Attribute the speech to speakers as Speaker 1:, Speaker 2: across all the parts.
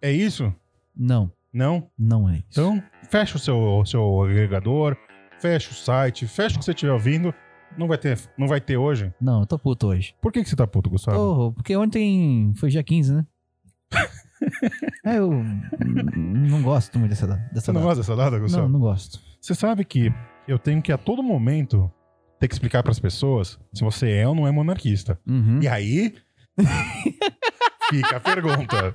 Speaker 1: É isso?
Speaker 2: Não,
Speaker 1: Não?
Speaker 2: não é isso.
Speaker 1: Então, fecha o seu, o seu agregador, fecha o site, fecha o que você estiver ouvindo. Não vai ter, não vai ter hoje.
Speaker 2: Não, eu tô puto hoje.
Speaker 1: Por que, que você tá puto, Gustavo?
Speaker 2: Tô, porque ontem foi dia 15, né? é, eu n- não gosto muito dessa, da-
Speaker 1: você
Speaker 2: dessa
Speaker 1: não
Speaker 2: data.
Speaker 1: gosta dessa data, Gustavo?
Speaker 2: Não, não gosto.
Speaker 1: Você sabe que eu tenho que a todo momento ter que explicar pras pessoas se você é ou não é monarquista.
Speaker 2: Uhum.
Speaker 1: E aí fica a pergunta.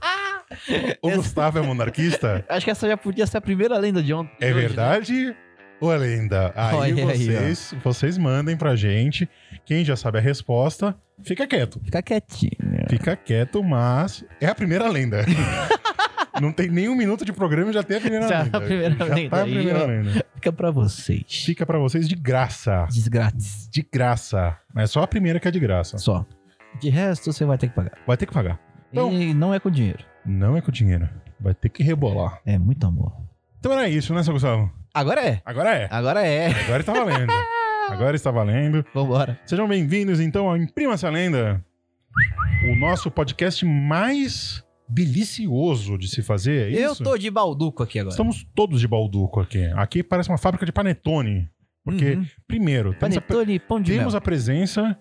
Speaker 1: O
Speaker 2: Essa-
Speaker 1: Gustavo é monarquista?
Speaker 2: Acho que essa já podia ser a primeira lenda de ontem.
Speaker 1: É
Speaker 2: de hoje, né?
Speaker 1: verdade ou é lenda? Aí
Speaker 2: Olha aí,
Speaker 1: vocês, vocês mandem pra gente. Quem já sabe a resposta, fica quieto.
Speaker 2: Fica quietinho.
Speaker 1: Fica quieto, mas é a primeira lenda. Não tem nenhum minuto de programa e já tem a primeira
Speaker 2: Já é a
Speaker 1: lenda.
Speaker 2: primeira
Speaker 1: já
Speaker 2: lenda
Speaker 1: tá a
Speaker 2: aí,
Speaker 1: primeira
Speaker 2: ó.
Speaker 1: lenda.
Speaker 2: Fica pra vocês.
Speaker 1: Fica pra vocês de graça.
Speaker 2: Desgrátis.
Speaker 1: De graça. Mas só a primeira que é de graça.
Speaker 2: Só. De resto, você vai ter que pagar.
Speaker 1: Vai ter que pagar. Então-
Speaker 2: E não é com dinheiro.
Speaker 1: Não é com dinheiro. Vai ter que rebolar.
Speaker 2: É muito amor.
Speaker 1: Então era isso, né, seu Gustavo?
Speaker 2: Agora é.
Speaker 1: Agora é.
Speaker 2: Agora é.
Speaker 1: Agora está valendo. Agora está valendo.
Speaker 2: Vambora.
Speaker 1: Sejam bem-vindos, então, ao Imprima Essa Lenda. O nosso podcast mais delicioso de se fazer. É
Speaker 2: Eu
Speaker 1: isso? Então,
Speaker 2: tô de balduco aqui agora.
Speaker 1: Estamos todos de balduco aqui. Aqui parece uma fábrica de panetone. Porque,
Speaker 2: Uhum.
Speaker 1: primeiro, temos, a, pre-
Speaker 2: Panetone e pão de
Speaker 1: temos
Speaker 2: mel.
Speaker 1: a presença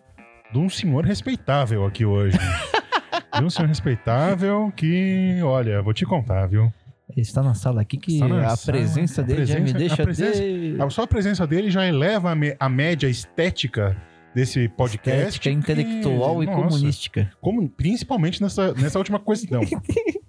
Speaker 1: de um senhor respeitável aqui hoje. de um senhor respeitável que, olha, vou te contar, viu?
Speaker 2: Ele está na sala aqui que
Speaker 1: Está na
Speaker 2: a
Speaker 1: sala, é
Speaker 2: presença
Speaker 1: a
Speaker 2: dele já me
Speaker 1: presença-
Speaker 2: deixa
Speaker 1: a presença- é
Speaker 2: de...
Speaker 1: A- Só a presença dele já eleva a, me- a média estética desse podcast.
Speaker 2: Estética,
Speaker 1: que-
Speaker 2: intelectual e
Speaker 1: nossa,
Speaker 2: comunística.
Speaker 1: como- principalmente nessa, nessa última questão.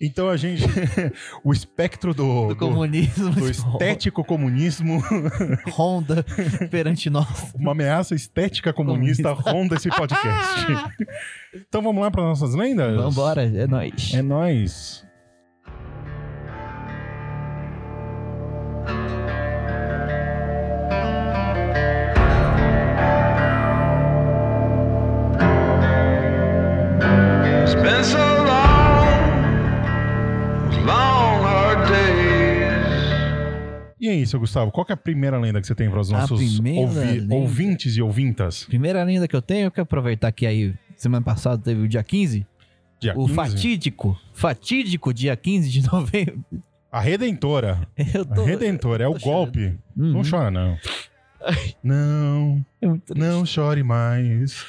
Speaker 1: então a gente. o espectro do.
Speaker 2: Do
Speaker 1: do-
Speaker 2: comunismo.
Speaker 1: do estético comunismo,
Speaker 2: Honda perante nós.
Speaker 1: uma ameaça estética comunista ronda esse podcast. então vamos lá para nossas lendas?
Speaker 2: Vambora, é nóis.
Speaker 1: É nóis.
Speaker 3: It's been so long, long hard days.
Speaker 1: E aí, seu Gustavo, qual que é a primeira lenda que você tem para os
Speaker 2: A
Speaker 1: nossos
Speaker 2: primeira
Speaker 1: ouvi-
Speaker 2: lenda.
Speaker 1: ouvintes e ouvintas?
Speaker 2: Primeira lenda que eu tenho, eu quero aproveitar que aí semana passada teve o dia 15,
Speaker 1: Dia
Speaker 2: o
Speaker 1: 15?
Speaker 2: fatídico, fatídico dia 15 de novembro.
Speaker 1: A Redentora.
Speaker 2: Eu
Speaker 1: A
Speaker 2: tô...
Speaker 1: Redentora, é o
Speaker 2: tô chorando.
Speaker 1: golpe.
Speaker 2: Uhum.
Speaker 1: Não chora, não. Não,
Speaker 2: É muito triste.
Speaker 1: não chore mais.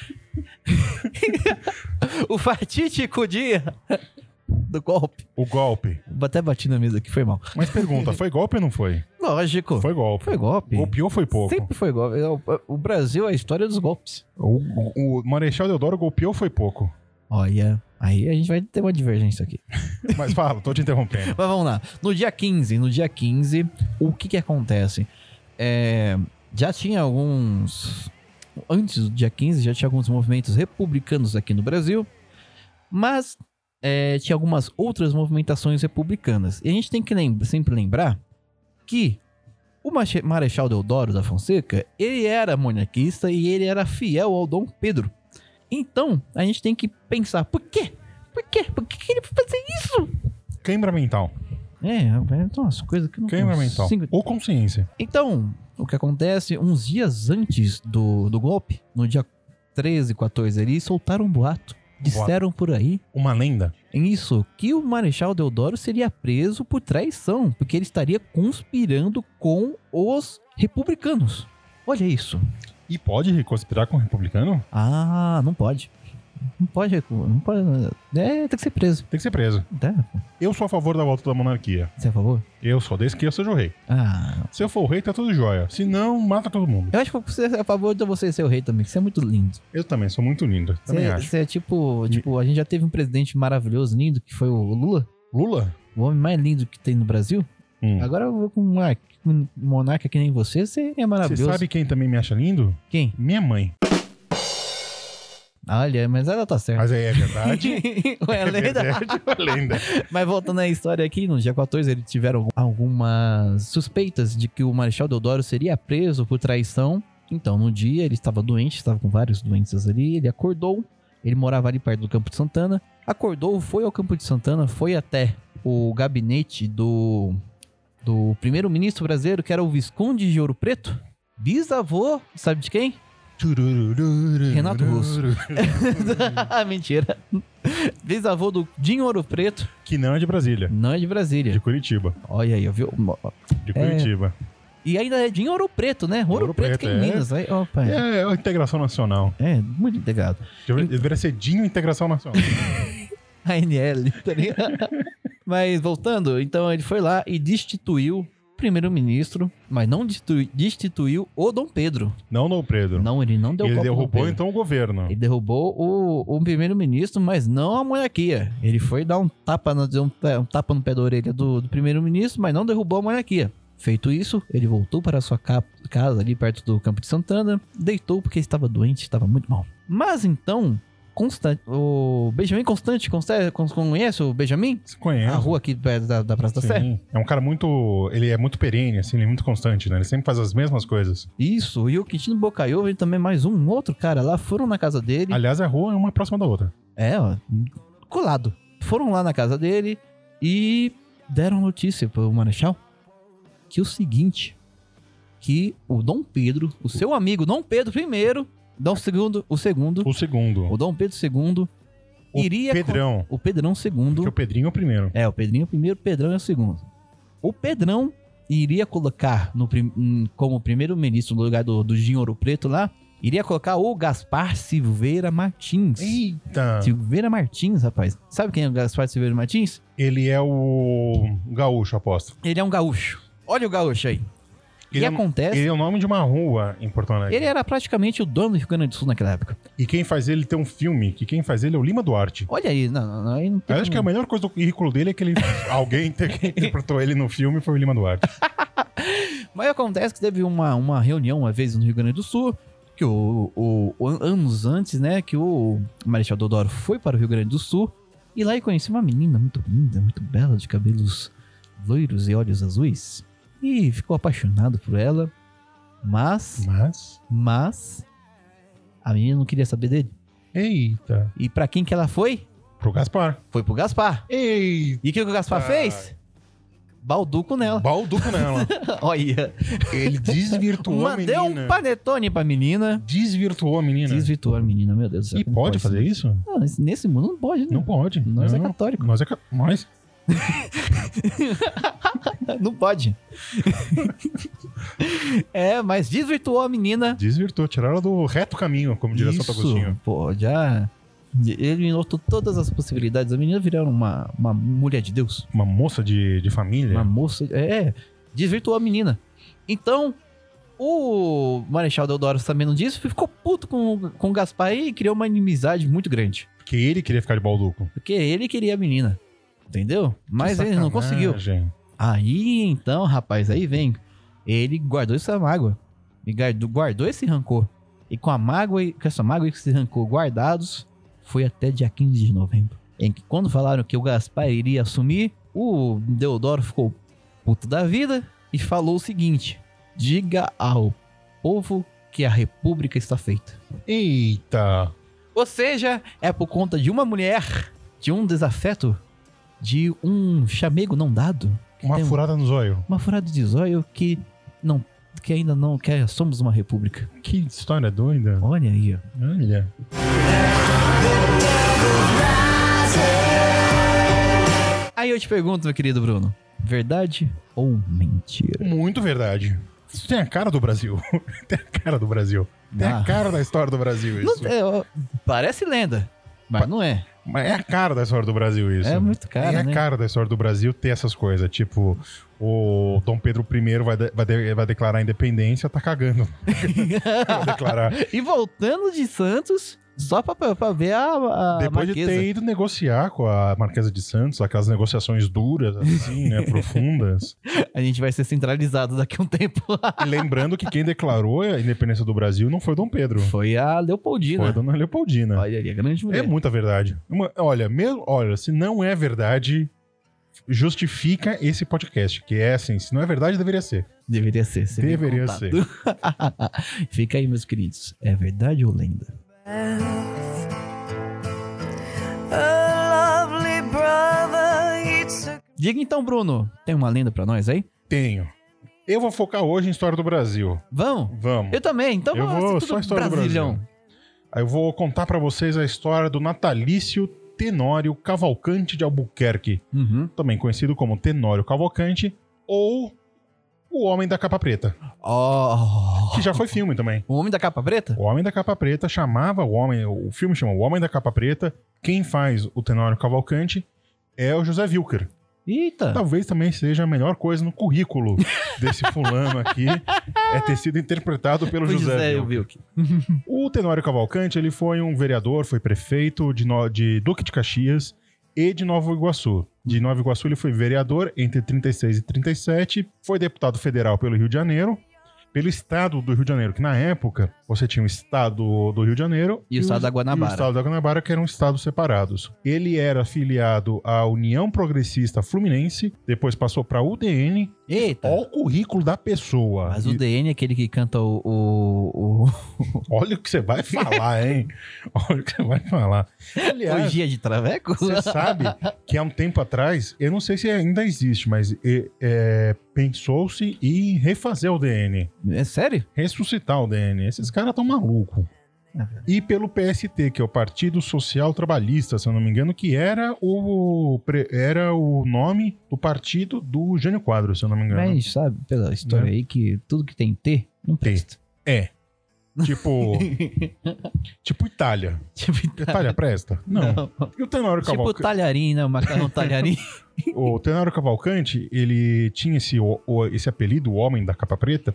Speaker 2: O fatídico dia do golpe.
Speaker 1: O golpe.
Speaker 2: Até bati na mesa aqui, foi mal.
Speaker 1: Mas pergunta, foi golpe ou não foi?
Speaker 2: Lógico. Foi,
Speaker 1: Foi golpe.
Speaker 2: golpe.
Speaker 1: Golpeou foi pouco.
Speaker 2: Sempre foi golpe. O- O Brasil é a história dos golpes.
Speaker 1: O, o- o Marechal Deodoro golpeou foi pouco.
Speaker 2: Olha, aí a gente vai ter uma divergência aqui.
Speaker 1: Mas fala, tô te interrompendo.
Speaker 2: Mas vamos lá. No dia 15, no dia 15, o que que acontece? É, já tinha alguns... Antes do dia 15, já tinha alguns movimentos republicanos aqui no Brasil. Mas é, tinha algumas outras movimentações republicanas. E a gente tem que lem- sempre lembrar que o Mache- Marechal Deodoro da Fonseca, ele era monarquista e ele era fiel ao Dom Pedro. Então, a gente tem que pensar, por quê? Por quê? Por que que ele foi fazer isso?
Speaker 1: Câimbra mental.
Speaker 2: É, então umas coisas que eu não
Speaker 1: Câimbra mental.
Speaker 2: consigo-
Speaker 1: Ou consciência.
Speaker 2: Então, o que acontece, uns dias antes do, do golpe, no dia 13, 14 ali, soltaram um boato. Disseram por aí,
Speaker 1: Uma lenda.
Speaker 2: em isso, que o Marechal Deodoro seria preso por traição, porque ele estaria conspirando com os republicanos. Olha isso.
Speaker 1: E pode conspirar com o republicano?
Speaker 2: Ah, não pode. Não pode, não pode. É, tem que ser preso.
Speaker 1: Tem que ser preso.
Speaker 2: Tá?
Speaker 1: Eu sou a favor da volta da monarquia.
Speaker 2: Você é a favor?
Speaker 1: Eu sou desde que eu seja o rei.
Speaker 2: Ah.
Speaker 1: Se eu for o rei, tá tudo jóia. Se não, mata todo mundo.
Speaker 2: Eu acho que você é a favor de você ser o rei também, que você é muito lindo.
Speaker 1: Eu também, sou muito lindo. Também acho.
Speaker 2: Você é tipo, tipo, a gente já teve um presidente maravilhoso, lindo, que foi o Lula,
Speaker 1: Lula?
Speaker 2: o homem mais lindo que tem no Brasil.
Speaker 1: Hum.
Speaker 2: Agora eu vou com um ar- um monarca que nem você, você é
Speaker 1: Você
Speaker 2: maravilhoso.
Speaker 1: sabe quem também me acha lindo?
Speaker 2: quem?
Speaker 1: Minha mãe.
Speaker 2: Olha, mas ela tá certa.
Speaker 1: Mas aí é verdade.
Speaker 2: Ué,
Speaker 1: é
Speaker 2: lenda.
Speaker 1: verdade ou é lenda?
Speaker 2: Mas voltando à história aqui, no dia 14 eles tiveram algumas suspeitas de que o Marechal Deodoro seria preso por traição Então, no dia ele estava doente, estava com vários doenças ali, ele acordou, ele morava ali perto do Campo de Santana, acordou, foi ao Campo de Santana, foi até o gabinete do, do primeiro-ministro brasileiro, que era o Visconde de Ouro Preto, bisavô, sabe de quem? Renato Russo. Ah, Mentira. Bisavô do Dinho Ouro Preto,
Speaker 1: que não é de Brasília,
Speaker 2: não é de Brasília.
Speaker 1: de Curitiba.
Speaker 2: Olha aí, viu?
Speaker 1: De
Speaker 2: É.
Speaker 1: Curitiba.
Speaker 2: E ainda é Dinho Ouro Preto, né? Ouro,
Speaker 1: Ouro
Speaker 2: Preto,
Speaker 1: Preto,
Speaker 2: que é em
Speaker 1: é.
Speaker 2: Minas. Aí, opa, é.
Speaker 1: É, é a integração nacional.
Speaker 2: é, muito ligado.
Speaker 1: Deve- Deveria ser Dinho Integração Nacional.
Speaker 2: ANL, tá ligado? mas voltando, então ele foi lá e destituiu o primeiro-ministro, mas não destitui- destituiu o Dom Pedro.
Speaker 1: Não no Pedro.
Speaker 2: Não, ele não deu
Speaker 1: Ele
Speaker 2: golpe no Dom
Speaker 1: derrubou
Speaker 2: Pedro.
Speaker 1: então o governo.
Speaker 2: Ele derrubou o, o primeiro-ministro, mas não a monarquia. Ele foi dar um tapa, na- um, ta- um tapa no pé da orelha do, do primeiro-ministro, mas não derrubou a monarquia. Feito isso, ele voltou para sua ca- casa ali perto do Campo de Santana, deitou porque estava doente, estava muito mal. Mas então, Constan- o Benjamin Constante, conse- con- conhece o Benjamin?
Speaker 1: Você conhece?
Speaker 2: A rua aqui perto da, da Praça da Sé?
Speaker 1: É. Sim. É um cara muito. Ele é muito perene, assim, ele é muito constante, né? Ele sempre faz as mesmas coisas.
Speaker 2: Isso, e o Quintino Bocaiúva e também mais um outro cara lá foram na casa dele.
Speaker 1: Aliás, a rua é uma próxima da outra.
Speaker 2: É, ó, colado. Foram lá na casa dele e deram notícia pro Marechal que o seguinte, que o Dom Pedro, o seu amigo Dom Pedro I, Dom segundo, o segundo,
Speaker 1: O segundo.
Speaker 2: o Dom Pedro II
Speaker 1: O
Speaker 2: iria com-
Speaker 1: Pedrão.
Speaker 2: o Pedrão
Speaker 1: Que
Speaker 2: II,
Speaker 1: o Pedrinho é o primeiro.
Speaker 2: é, o Pedrinho é o primeiro, o Pedrão é o segundo. O Pedrão iria colocar no prim- hum, como primeiro-ministro no lugar do, do Dinho Ouro Preto lá, iria colocar o Gaspar Silveira Martins.
Speaker 1: Eita!
Speaker 2: Silveira Martins, rapaz. Sabe quem é o Gaspar Silveira Martins?
Speaker 1: Ele é o gaúcho, aposto.
Speaker 2: Ele é um gaúcho. Olha o gaúcho aí. E,
Speaker 1: Ele, é,
Speaker 2: acontece,
Speaker 1: ele é um- o nome de uma rua em Porto Alegre.
Speaker 2: ele é- era praticamente o dono do Rio Grande do Sul naquela época.
Speaker 1: E quem faz ele tem um filme, que quem faz ele é o Lima Duarte.
Speaker 2: Olha aí, não, não, não, aí não tem
Speaker 1: Eu acho que a
Speaker 2: como-
Speaker 1: melhor coisa do currículo dele é que ele, alguém ter- que interpretou ele no filme foi o Lima Duarte. é um-
Speaker 2: Mas acontece que teve uma, uma reunião uma vez no Rio Grande do Sul, que o, o- o- an- anos antes, né, que o Marechal Deodoro foi para o Rio Grande do Sul e lá ele conheceu uma menina muito linda, muito bela, de cabelos loiros e olhos azuis. E ficou apaixonado por ela, mas...
Speaker 1: Mas.
Speaker 2: Mas a menina não queria saber dele.
Speaker 1: Eita.
Speaker 2: E pra quem que ela foi?
Speaker 1: Pro Gaspar.
Speaker 2: Foi pro Gaspar.
Speaker 1: Eita.
Speaker 2: E o que o Gaspar
Speaker 1: Ah.
Speaker 2: fez? Balduco nela.
Speaker 1: Balduco nela.
Speaker 2: Olha.
Speaker 1: Ele desvirtuou a
Speaker 2: Mandei
Speaker 1: menina.
Speaker 2: um panetone pra menina.
Speaker 1: Desvirtuou a menina.
Speaker 2: Desvirtuou a menina, meu Deus do céu.
Speaker 1: E pode, fazer isso?
Speaker 2: isso? Nesse mundo não pode, né?
Speaker 1: Não pode.
Speaker 2: Nós é
Speaker 1: não.
Speaker 2: católico.
Speaker 1: Nós é ca- Nós?
Speaker 2: Não pode. é, mas desvirtuou a menina.
Speaker 1: Desvirtuou, tiraram do reto caminho, como diria Santo Agostinho.
Speaker 2: pô, já eliminou to- todas as possibilidades. A menina virou uma, uma mulher de Deus.
Speaker 1: Uma moça de, de família.
Speaker 2: Uma moça. É, desvirtuou a menina. Então, o Marechal Deodoro sabendo disso, ficou puto com, com o Gaspar e criou uma inimizade muito grande.
Speaker 1: Porque ele queria ficar de balduco.
Speaker 2: Porque ele queria a menina. Entendeu? Mas ele não conseguiu.
Speaker 1: Sacanagem.
Speaker 2: Aí então, rapaz, aí vem. Ele guardou essa mágoa. E guardou- guardou esse rancor. E com a mágoa, e- com essa mágoa e com esse rancor guardados, foi até dia 15 de novembro. Em que quando falaram que o Gaspar iria assumir, o Deodoro ficou puto da vida e falou o seguinte: diga ao povo que a república está feita.
Speaker 1: Eita.
Speaker 2: Ou seja, é por conta de uma mulher, de um desafeto, de um chamego não dado,
Speaker 1: Uma
Speaker 2: Tem um-
Speaker 1: furada no zóio.
Speaker 2: uma furada de zóio que não que ainda não que é, somos uma república.
Speaker 1: Que história doida.
Speaker 2: Olha aí, ó.
Speaker 1: Olha.
Speaker 2: Aí eu te pergunto, meu querido Bruno, verdade ou mentira?
Speaker 1: Muito verdade. Isso tem a cara do Brasil. tem a cara do Brasil. Tem
Speaker 2: Ah.
Speaker 1: a cara da história do Brasil isso.
Speaker 2: Não- é, ó, parece lenda, mas não é.
Speaker 1: Mas é a cara da história do Brasil isso.
Speaker 2: É muito
Speaker 1: é
Speaker 2: cara,
Speaker 1: a
Speaker 2: né?
Speaker 1: cara da história do Brasil ter essas coisas. Tipo, o Dom Pedro I vai, de- vai, de- vai declarar a independência, tá cagando. vai declarar.
Speaker 2: e voltando de Santos, só pra, pra- pra ver a, a
Speaker 1: Depois
Speaker 2: Ah, Marquesa.
Speaker 1: de ter ido negociar com a Marquesa de Santos, aquelas negociações duras, assim, né, profundas.
Speaker 2: A gente vai ser centralizado daqui a um tempo.
Speaker 1: E lembrando que quem declarou a independência do Brasil não foi Dom Pedro,
Speaker 2: Foi a Leopoldina.
Speaker 1: foi a Dona Leopoldina.
Speaker 2: Olha aí, a grande mulher.
Speaker 1: É muita verdade. Uma- olha, mesmo, olha, se não é verdade, justifica esse podcast, que é assim, se não é verdade, deveria ser.
Speaker 2: Deveria ser. ser bem
Speaker 1: Deveria
Speaker 2: contado.
Speaker 1: ser.
Speaker 2: Fica aí, meus queridos. É verdade ou lenda?
Speaker 4: A lovely brother he took
Speaker 2: Diga então, Bruno. Tem uma lenda pra nós aí?
Speaker 1: Tenho. Eu vou focar hoje em história do Brasil.
Speaker 2: Vão?
Speaker 1: Vamos.
Speaker 2: Eu também. Então
Speaker 1: Eu
Speaker 2: vamos
Speaker 1: vou
Speaker 2: tudo
Speaker 1: só a história do Brasil. Aí eu vou contar pra vocês a história do natalício Tenório Cavalcante de Albuquerque,
Speaker 2: Uhum.
Speaker 1: também conhecido como Tenório Cavalcante ou o Homem da Capa Preta,
Speaker 2: Oh.
Speaker 1: que já foi filme também.
Speaker 2: O homem da capa preta?
Speaker 1: O Homem da Capa Preta chamava o homem, o filme chama O Homem da Capa Preta. Quem faz o Tenório Cavalcante é o José Wilker.
Speaker 2: Eita.
Speaker 1: Talvez também seja a melhor coisa no currículo desse fulano aqui é ter sido interpretado pelo
Speaker 2: Foi
Speaker 1: José, Wilker.
Speaker 2: eu vi aqui.
Speaker 1: O Tenório Cavalcante, ele foi um vereador, foi prefeito de, No- de Duque de Caxias e de Nova Iguaçu. De Nova Iguaçu ele foi vereador entre 36 e 37, foi deputado federal pelo Rio de Janeiro, pelo estado do Rio de Janeiro, que na época você tinha o estado do Rio de Janeiro
Speaker 2: E o estado da Guanabara.
Speaker 1: e o estado da Guanabara, que eram estados separados. Ele era afiliado à União Progressista Fluminense, depois passou para UDN,
Speaker 2: Eita.
Speaker 1: olha o currículo da pessoa.
Speaker 2: Mas
Speaker 1: E-
Speaker 2: o DN é aquele que canta o. o, o...
Speaker 1: Olha o que você vai falar, hein? Olha o que você vai falar. Aliás,
Speaker 2: Orgia de Traveco?
Speaker 1: é? você sabe que há um tempo atrás, eu não sei se ainda existe, mas e- é, pensou-se em refazer o DN,
Speaker 2: É sério?
Speaker 1: ressuscitar o DN. Esses caras estão malucos. E pelo PST, que é o Partido Social Trabalhista, se eu não me engano, que era o, pre- era o nome do partido do Jânio Quadros, se eu não me engano.
Speaker 2: Mas sabe, pela história
Speaker 1: Né?
Speaker 2: aí, que tudo que tem T, não
Speaker 1: T.
Speaker 2: presta.
Speaker 1: É. Tipo, tipo Itália.
Speaker 2: tipo,
Speaker 1: Itália presta? Não. E o Tenório
Speaker 2: tipo
Speaker 1: Cavalcante?
Speaker 2: talharim, né? O macarrão talharim.
Speaker 1: O Tenório Cavalcante, ele tinha esse, o- o- esse apelido, o Homem da Capa Preta,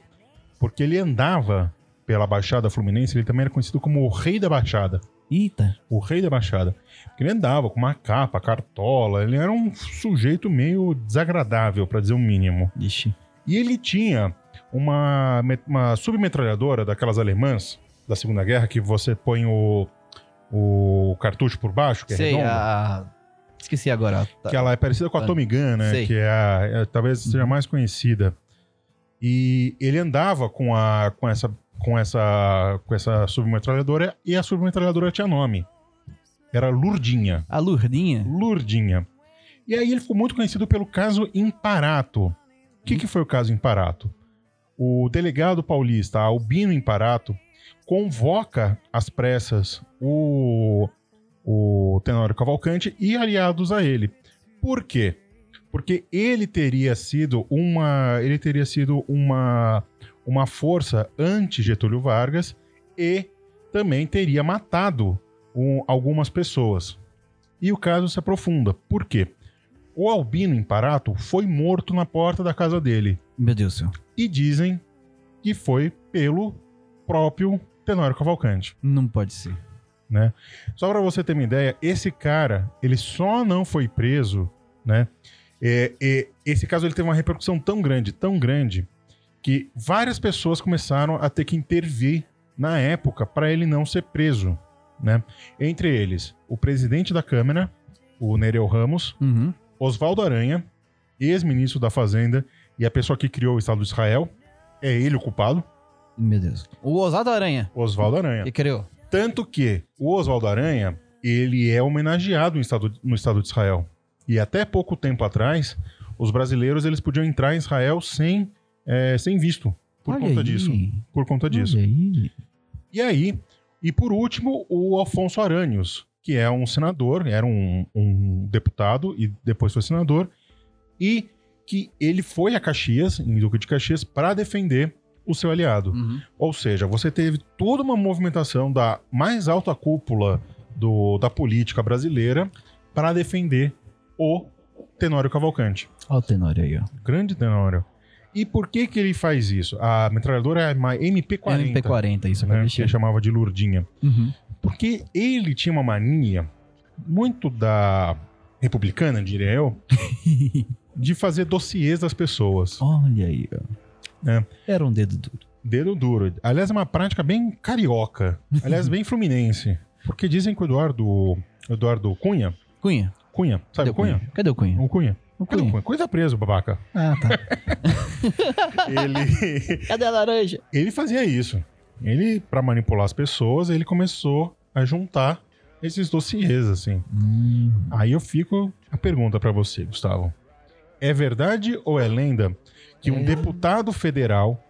Speaker 1: porque ele andava pela Baixada Fluminense, ele também era conhecido como o Rei da Baixada.
Speaker 2: Eita.
Speaker 1: O Rei da Baixada. Porque ele andava com uma capa, cartola, ele era um sujeito meio desagradável, pra dizer o mínimo.
Speaker 2: Ixi.
Speaker 1: E ele tinha uma, me- uma submetralhadora daquelas alemãs da Segunda Guerra, que você põe o, o cartucho por baixo, que é
Speaker 2: Sei,
Speaker 1: redondo.
Speaker 2: a... Esqueci agora. Tá.
Speaker 1: Que ela é parecida com a
Speaker 2: Tá.
Speaker 1: Tommy Gun, né?
Speaker 2: Sei. Uhum.
Speaker 1: Que é a, é- talvez seja a mais conhecida. E ele andava com, a, com, essa, com, essa, com essa submetralhadora e a submetralhadora tinha nome. Era Lurdinha.
Speaker 2: A Lurdinha?
Speaker 1: Lurdinha. E aí ele ficou muito conhecido pelo caso Imparato. O que, que foi o caso Imparato? O delegado paulista Albino Imparato convoca às pressas o, o Tenório Cavalcante e aliados a ele. Por quê? Porque ele teria sido uma ele teria sido uma uma força anti Getúlio Vargas e também teria matado um- algumas pessoas. E o caso se aprofunda. Por quê? O Albino Imparato foi morto na porta da casa dele.
Speaker 2: Meu Deus do céu.
Speaker 1: E dizem que foi pelo próprio Tenório Cavalcante.
Speaker 2: Não pode ser.
Speaker 1: Só pra você ter uma ideia, esse cara, ele só não foi preso, né? É, é, esse caso ele teve uma repercussão tão grande, tão grande, que várias pessoas começaram a ter que intervir na época para ele não ser preso, né? Entre eles, o presidente da Câmara, o Nereu Ramos,
Speaker 2: Uhum.
Speaker 1: Oswaldo Aranha, ex-ministro da Fazenda e a pessoa que criou o Estado de Israel, é ele o culpado,
Speaker 2: Meu Deus. O Ousado Aranha.
Speaker 1: Oswaldo Aranha.
Speaker 2: Que criou?
Speaker 1: Tanto que o Oswaldo Aranha, ele é homenageado no Estado, no Estado de Israel. E até pouco tempo atrás, os brasileiros eles podiam entrar em Israel sem, eh, sem visto, por
Speaker 2: Olha
Speaker 1: conta
Speaker 2: aí.
Speaker 1: disso. Por conta disso.
Speaker 2: Olha aí.
Speaker 1: E aí, e por último, o Alfonso Aranios, que é um senador, era um, um deputado e depois foi senador, e que ele foi a Caxias, em Duque de Caxias, para defender o seu aliado.
Speaker 2: Uhum.
Speaker 1: Ou seja, você teve toda uma movimentação da mais alta cúpula do- da política brasileira para defender o Tenório Cavalcante.
Speaker 2: Olha o Tenório aí, ó.
Speaker 1: Grande Tenório. E por que que ele faz isso? A metralhadora é uma MP40,
Speaker 2: MP40, isso. pra
Speaker 1: né, que
Speaker 2: mexer.
Speaker 1: ele chamava de Lurdinha.
Speaker 2: Uhum.
Speaker 1: Porque ele tinha uma mania muito da republicana, diria eu, de fazer dossiês das pessoas.
Speaker 2: Olha aí, ó.
Speaker 1: É.
Speaker 2: Era um dedo duro.
Speaker 1: Dedo duro. Aliás, é uma prática bem carioca. Aliás, bem fluminense. Porque dizem que o Eduardo, Eduardo Cunha,
Speaker 2: Cunha.
Speaker 1: Cunha, sabe
Speaker 2: Cadê
Speaker 1: o
Speaker 2: o
Speaker 1: Tá, Cunha?
Speaker 2: Cunha? Cadê o Cunha?
Speaker 1: O Cunha.
Speaker 2: O
Speaker 1: Cadê
Speaker 2: Cunha.
Speaker 1: o Cunha? Coisa preso, babaca.
Speaker 2: Ah, tá.
Speaker 1: Ele,
Speaker 2: Cadê a laranja?
Speaker 1: ele fazia isso. Ele, pra manipular as pessoas, ele começou a juntar esses dossiês, assim.
Speaker 2: Hum,
Speaker 1: Aí eu fico a pergunta pra você, Gustavo. É verdade ou é lenda que
Speaker 2: É.
Speaker 1: um deputado federal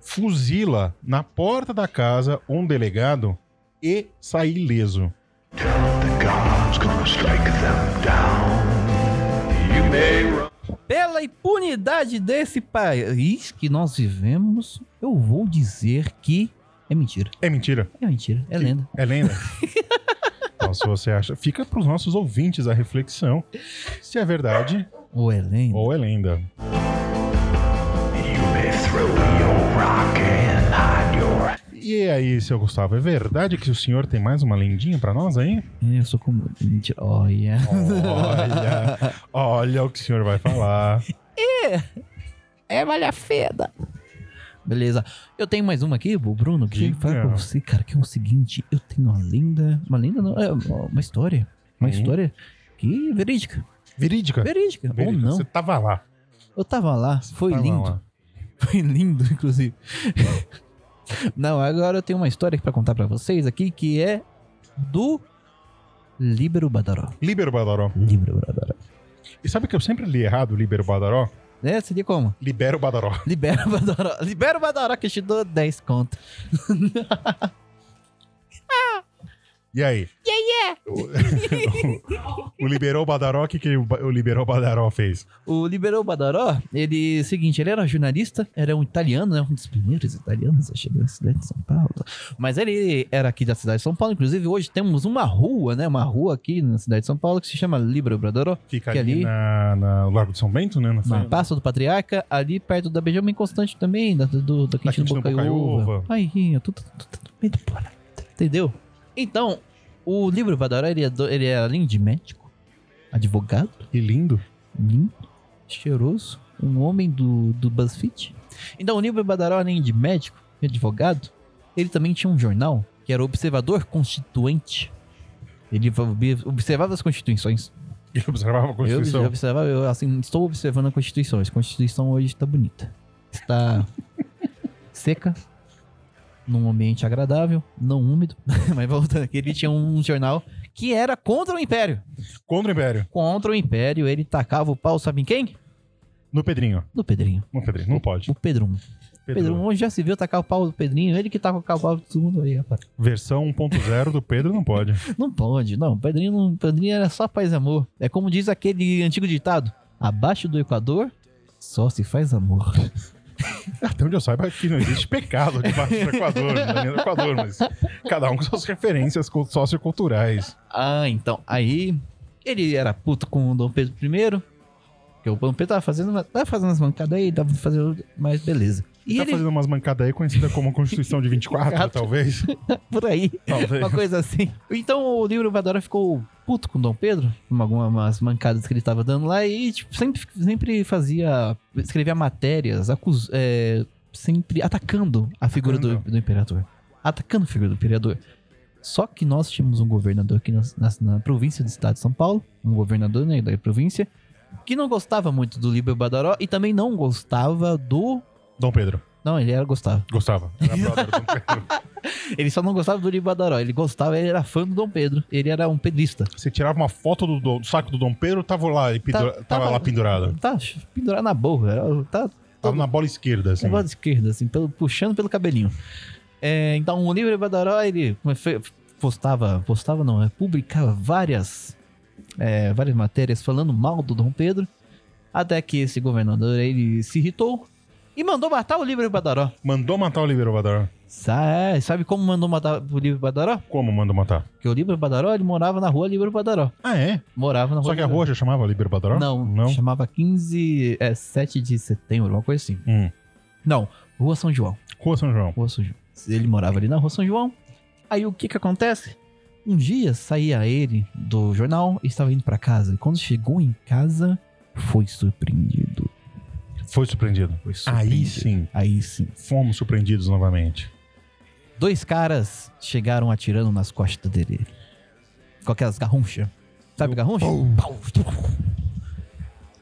Speaker 1: fuzila na porta da casa um delegado e sai ileso?
Speaker 3: The God's gonna strike them down. You may run.
Speaker 2: Pela impunidade desse país que nós vivemos, eu vou dizer que é mentira.
Speaker 1: É mentira.
Speaker 2: É mentira. É
Speaker 1: Que-
Speaker 2: lenda.
Speaker 1: É lenda. então, se você acha, fica pros nossos ouvintes a reflexão se é verdade
Speaker 2: Ou é lenda?
Speaker 1: ou é lenda.
Speaker 3: You may throw your rock and hide your.
Speaker 1: E aí, seu Gustavo, é verdade que o senhor tem mais uma lendinha pra nós aí?
Speaker 2: Eu sou como. Mentira. Olha.
Speaker 1: Olha, olha o que o senhor vai falar.
Speaker 2: É malha feda. Beleza. Eu tenho mais uma aqui, o Bruno, que,
Speaker 1: Que
Speaker 2: fala pra
Speaker 1: legal.
Speaker 2: você, cara, que é o seguinte, eu tenho uma linda. Uma linda não, é uma história. Uma
Speaker 1: Sim.
Speaker 2: história que é verídica.
Speaker 1: Verídica?
Speaker 2: Verídica. Ou
Speaker 1: Verídica.
Speaker 2: não.
Speaker 1: Você tava lá.
Speaker 2: Eu tava lá, foi
Speaker 1: Tava
Speaker 2: lindo.
Speaker 1: lá.
Speaker 2: Foi lindo, inclusive. não, agora eu tenho uma história pra contar pra vocês aqui que é do Líbero Badaró.
Speaker 1: Líbero Badaró.
Speaker 2: Líbero Badaró.
Speaker 1: E sabe que eu sempre li errado Líbero Badaró?
Speaker 2: É, seria como?
Speaker 1: Libero Badaró.
Speaker 2: Libera o Badaró. Libera o Badaró que eu te dou 10 conto.
Speaker 1: E aí? é? O, o, Liberou Badaró, o que, que o, Ba- o Liberou Badaró fez?
Speaker 2: O Liberou Badaró, ele, seguinte, ele era jornalista, era um italiano, né? Um dos primeiros italianos a chegar na cidade de São Paulo. Mas ele era aqui da cidade de São Paulo, inclusive hoje temos uma rua, né? Uma rua aqui na cidade de São Paulo que se chama Liberou Badaró,
Speaker 1: Fica
Speaker 2: Que
Speaker 1: ali,
Speaker 2: ali-
Speaker 1: na, na- no Largo de São Bento, né? Na,
Speaker 2: na Praça do Patriarca, ali perto da Benjamin Constante também, da, do, da Quintino
Speaker 1: Quintino Bocaiúva.
Speaker 2: Bocaiúva. Aí, tudo, tudo, tudo meio do porra. Entendeu? Então, o Liberou Badaró, ele, é do- ele é, além de médico, advogado,
Speaker 1: Que lindo.
Speaker 2: lindo, cheiroso, um homem do, do BuzzFeed. Então, o livro Badaró, além de médico e advogado, ele também tinha um jornal que era Observador Constituinte. Ele ob- observava as constituições.
Speaker 1: Ele observava a
Speaker 2: Eu
Speaker 1: Constituição.
Speaker 2: observava, eu assim, estou observando a Constituição. A Constituição hoje está bonita. Está seca, num ambiente agradável, não úmido. Mas voltando aqui, ele tinha um jornal que era contra o Império.
Speaker 1: Contra o Império.
Speaker 2: Contra o Império, ele tacava o pau, sabe em quem?
Speaker 1: No Pedrinho.
Speaker 2: No Pedrinho.
Speaker 1: No Pedrinho, não pode.
Speaker 2: O Pedrum. Pedrum, onde já se viu tacar o pau do Pedrinho? Ele que taca o pau de todo mundo aí, rapaz.
Speaker 1: Versão 1.0 do Pedro não pode.
Speaker 2: Não pode, não. O Pedrinho, não- o Pedrinho era só paz e amor. É como diz aquele antigo ditado: abaixo do Equador, só se faz amor.
Speaker 1: Até onde eu saiba que não existe pecado debaixo do Equador, na linha do Equador, mas cada um com suas referências co- socioculturais.
Speaker 2: Ah, então. Aí ele era puto com o Dom Pedro I. Porque o Dom Pedro tava fazendo, uma- tava fazendo umas mancadas aí, tava fazendo. Mas beleza. E
Speaker 1: tá
Speaker 2: ele.
Speaker 1: fazendo umas mancadas aí conhecida como Constituição de 24,
Speaker 2: Exato.
Speaker 1: talvez.
Speaker 2: Por aí.
Speaker 1: Talvez.
Speaker 2: Uma coisa assim. Então o livro Vadora ficou puto com Dom Pedro, com algumas mancadas que ele tava dando lá, e tipo, sempre, sempre fazia. escrevia matérias, acus, é, sempre atacando a figura do,
Speaker 1: Atacando.
Speaker 2: do imperador. Atacando a figura do imperador. Só que nós tínhamos um governador aqui na, na- na província do estado de São Paulo, um governador né, da província, que não gostava muito do Líbio Badaró e também não gostava do.
Speaker 1: Dom Pedro.
Speaker 2: Não, ele era gostava.
Speaker 1: Gostava. Era brother do Dom Pedro.
Speaker 2: Ele só não gostava do Líbio Badaró. Ele gostava, ele era fã do Dom Pedro. Ele era um pedrista.
Speaker 1: Você tirava uma foto do, do- do saco do Dom Pedro, tava lá, e pendura-
Speaker 2: Tá-
Speaker 1: tava, lá pendurado.
Speaker 2: Tá pendurado na borra. era- Tá
Speaker 1: Tava na bola esquerda, assim.
Speaker 2: do lado esquerdo, assim, pelo- puxando pelo cabelinho. É, então, o livro Badaró, ele fe- postava, postava não, é, publicava várias, é, várias matérias falando mal do Dom Pedro, até que esse governador, ele se irritou e mandou matar o livro Badaró.
Speaker 1: Mandou matar o Libero Badaró.
Speaker 2: Sa- é, Sabe como mandou matar o livro Badaró?
Speaker 1: Como mandou matar?
Speaker 2: Porque o livro Badaró, ele morava na rua Livro Badaró.
Speaker 1: Ah, é?
Speaker 2: Morava na rua
Speaker 1: Só que a
Speaker 2: Livro-
Speaker 1: rua já chamava Libero Badaró?
Speaker 2: Não,
Speaker 1: Não?
Speaker 2: chamava 15, é, 7 de setembro, uma coisa assim.
Speaker 1: Hum.
Speaker 2: Não, Rua São João.
Speaker 1: Rua São João.
Speaker 2: Rua São João. Ele morava ali na Rua São João. Aí o que que acontece? Um dia saía ele do jornal e estava indo pra casa. E quando chegou em casa, foi surpreendido.
Speaker 1: Foi surpreendido.
Speaker 2: Foi
Speaker 1: Aí
Speaker 2: surpreendido.
Speaker 1: sim,
Speaker 2: Aí sim.
Speaker 1: fomos surpreendidos novamente.
Speaker 2: Dois caras chegaram atirando nas costas dele. Com aquelas garrunchas. Sabe garruncha? Pau.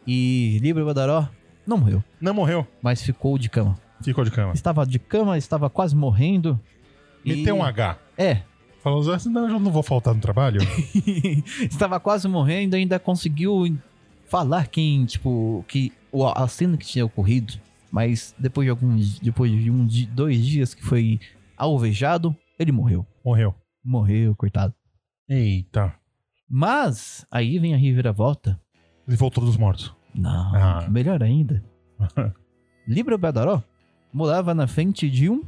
Speaker 2: E Libra Badaró não morreu,
Speaker 1: Não morreu,
Speaker 2: mas ficou de cama.
Speaker 1: ficou de cama.
Speaker 2: Estava de cama, estava quase morrendo.
Speaker 1: Me tem um H.
Speaker 2: É.
Speaker 1: Falou assim, não, eu não vou faltar no trabalho.
Speaker 2: estava quase morrendo, ainda conseguiu falar quem, tipo, que o- a cena que tinha ocorrido, mas depois de alguns, depois de um, di- dois dias que foi alvejado, ele morreu.
Speaker 1: Morreu.
Speaker 2: Morreu, coitado.
Speaker 1: Eita.
Speaker 2: Mas aí vem a reviravolta.
Speaker 1: Ele voltou dos mortos.
Speaker 2: Não,
Speaker 1: Ah.
Speaker 2: melhor ainda. Libra Badaró morava na frente de um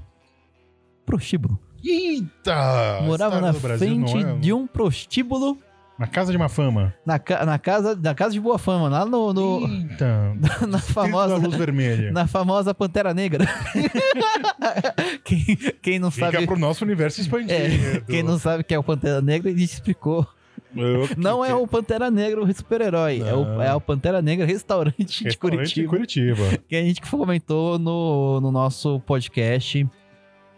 Speaker 2: prostíbulo.
Speaker 1: Eita!
Speaker 2: morava
Speaker 1: Ah, História
Speaker 2: na
Speaker 1: do Brasil
Speaker 2: frente
Speaker 1: não é-
Speaker 2: de um prostíbulo
Speaker 1: Na casa de uma fama.
Speaker 2: na, ca- na casa na casa de boa fama, lá no, no-
Speaker 1: Eita.
Speaker 2: na
Speaker 1: Famosa.
Speaker 2: famosa
Speaker 1: da luz vermelha.
Speaker 2: na famosa Pantera Negra. quem, quem não
Speaker 1: Fica
Speaker 2: sabe
Speaker 1: pro nosso universo expandido.
Speaker 2: É, quem não sabe que é o Pantera Negra, ele te explicou.
Speaker 1: Eu-
Speaker 2: Não é o Pantera Negra o super-herói, é o,
Speaker 1: Não.
Speaker 2: é o Pantera Negra restaurante de
Speaker 1: Restaurante
Speaker 2: Curitiba.
Speaker 1: Curitiba.
Speaker 2: que a gente comentou no, no nosso podcast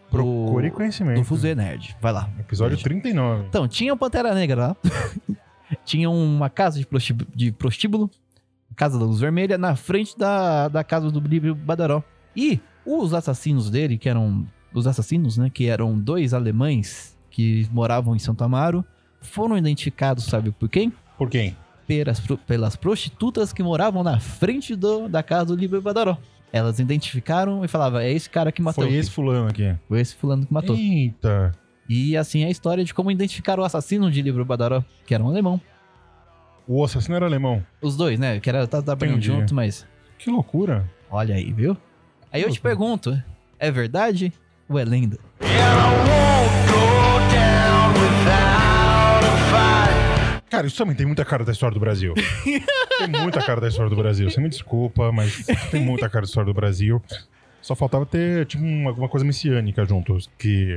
Speaker 1: Procure
Speaker 2: do,
Speaker 1: conhecimento.
Speaker 2: do Fuso Nerd. Vai lá.
Speaker 1: Episódio 39.
Speaker 2: Então, tinha o Pantera Negra lá. tinha uma casa de, prosti- de prostíbulo, Casa da Luz Vermelha, na frente da, da casa do Líbio Badaró. E os assassinos dele, que eram. Os assassinos, né? Que eram dois alemães que moravam em Santo Amaro, foram identificados, sabe por quem?
Speaker 1: Por quem?
Speaker 2: pelas, pro- pelas prostitutas que moravam na frente do- da casa do Líbio Badaró. Elas identificaram e falavam, é esse cara que matou.
Speaker 1: Foi esse fulano aqui.
Speaker 2: Foi esse fulano que matou.
Speaker 1: Eita.
Speaker 2: E assim é a história de como identificaram o assassino de Líbio Badaró, que era um alemão.
Speaker 1: O assassino era alemão.
Speaker 2: Os dois, né? Que era tá trabalhando
Speaker 1: Entendi.
Speaker 2: junto, mas
Speaker 1: Que loucura.
Speaker 2: olha aí, viu? Aí eu te
Speaker 1: Loucura.
Speaker 2: pergunto, é verdade ou é lenda?
Speaker 1: Cara, isso também tem muita cara da história do Brasil. tem muita cara da história do Brasil. Você me desculpa, mas tem muita cara da história do Brasil. Só faltava ter, tipo, um- alguma coisa messiânica junto. Que,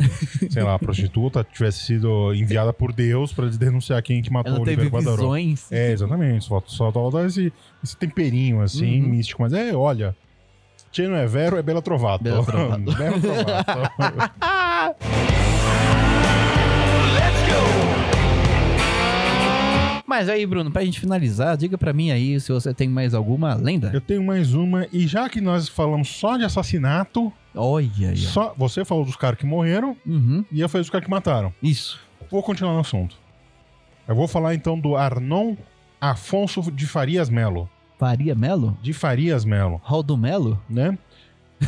Speaker 1: sei lá, a prostituta tivesse sido enviada por Deus pra denunciar quem que matou
Speaker 2: Ela
Speaker 1: o
Speaker 2: teve
Speaker 1: Oliveira Guadaró.
Speaker 2: visões. assim.
Speaker 1: É, exatamente. Só, só faltava esse, esse temperinho, assim,
Speaker 2: Uhum.
Speaker 1: místico. Mas é, olha... Tchê não é vero, é Bela Trovato.
Speaker 2: Bela Trovato.
Speaker 1: Bela Trovato.
Speaker 2: Mas aí, Bruno, pra gente finalizar, diga pra mim aí se você tem mais alguma lenda.
Speaker 1: Eu tenho mais uma. E já que nós falamos só de assassinato...
Speaker 2: Olha aí. ó.
Speaker 1: Só, você falou dos caras que morreram
Speaker 2: Uhum,
Speaker 1: e eu falei dos caras que mataram.
Speaker 2: isso.
Speaker 1: Vou continuar no assunto. Eu vou falar então do Arnon Afonso de Farias Melo.
Speaker 2: Faria Melo?
Speaker 1: De Farias Melo,
Speaker 2: Roldo Melo?
Speaker 1: né?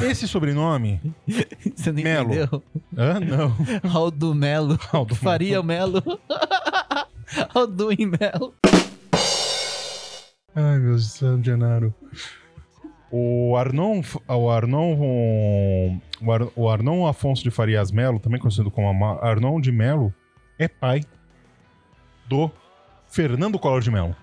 Speaker 1: Esse sobrenome.
Speaker 2: Você não
Speaker 1: Melo.
Speaker 2: entendeu?
Speaker 1: Ah, não.
Speaker 2: Roldo Melo.
Speaker 1: Aldo
Speaker 2: Faria Melo. Alduin Melo.
Speaker 1: Ai, meu Santo Genaro. O Arnon, o Arnon, o Ar- o Arnon Afonso de Farias Melo, também conhecido como Ama- Arnon de Melo, é pai do Fernando Collor de Melo.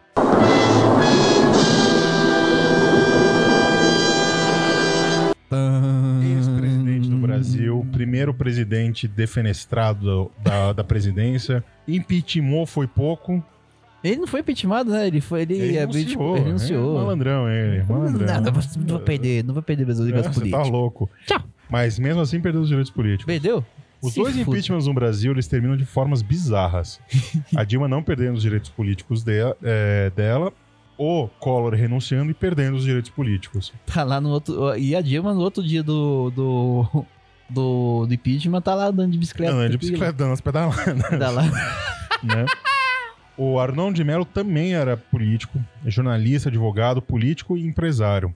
Speaker 1: Ex-presidente
Speaker 2: Hum.
Speaker 1: do Brasil,
Speaker 2: Uhum.
Speaker 1: primeiro presidente defenestrado da, da presidência. Impeachment foi pouco.
Speaker 2: Ele não foi impeachmentado, né? Ele foi. Ele,
Speaker 1: Ele renunciou.
Speaker 2: ele
Speaker 1: né?
Speaker 2: renunciou.
Speaker 1: Malandrão ele, malandrão.
Speaker 2: Nada, você não vou perder, não vou perder minhas ligas
Speaker 1: É, Você tá
Speaker 2: políticas.
Speaker 1: louco.
Speaker 2: Tchau.
Speaker 1: Mas mesmo assim perdeu os direitos políticos.
Speaker 2: Perdeu?
Speaker 1: Os
Speaker 2: Se
Speaker 1: dois
Speaker 2: fude.
Speaker 1: impeachments no Brasil, eles terminam de formas bizarras. A Dilma não perdendo os direitos políticos de- é, dela, o Collor renunciando e perdendo os direitos políticos.
Speaker 2: Tá lá no outro. E a Dilma no outro dia do. do... Do, do impeachment tá lá andando de bicicleta.
Speaker 1: Andando é de
Speaker 2: tranquilo.
Speaker 1: bicicleta, dando as pedaladas,
Speaker 2: Tá lá.
Speaker 1: né? O Arnon de Mello também era político, é jornalista, advogado, político e empresário.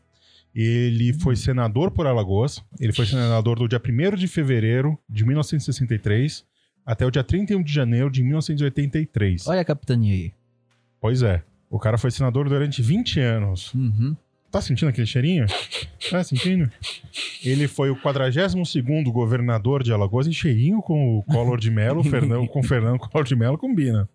Speaker 1: Ele foi senador por Alagoas. Ele foi senador do dia 1 de fevereiro de 1963 até o dia 31 de janeiro de 1983.
Speaker 2: Olha a capitania aí.
Speaker 1: Pois é. O cara foi senador durante 20 anos.
Speaker 2: Uhum.
Speaker 1: Tá sentindo aquele cheirinho? Tá sentindo? Ele foi o 42º governador de Alagoas e cheirinho com o Collor de Mello, Fernão, com o Fernando Collor de Mello combina.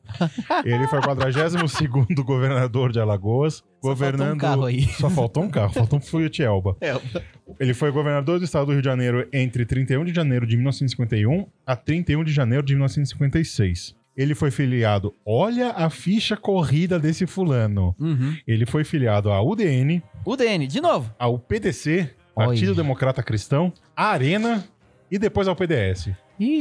Speaker 1: Ele foi o 42º governador de Alagoas, governando...
Speaker 2: Só faltou um carro aí.
Speaker 1: Só faltou um carro, faltou um Fiat Elba.
Speaker 2: É.
Speaker 1: Ele foi governador do estado do Rio de Janeiro entre 31 de janeiro de 1951 a 31 de janeiro de 1956. Ele foi filiado, olha a ficha corrida desse fulano.
Speaker 2: Uhum.
Speaker 1: Ele foi filiado à UDN,
Speaker 2: O DN, de novo.
Speaker 1: ao PDC,
Speaker 2: Olha.
Speaker 1: Partido Democrata Cristão, à Arena e depois ao PDS.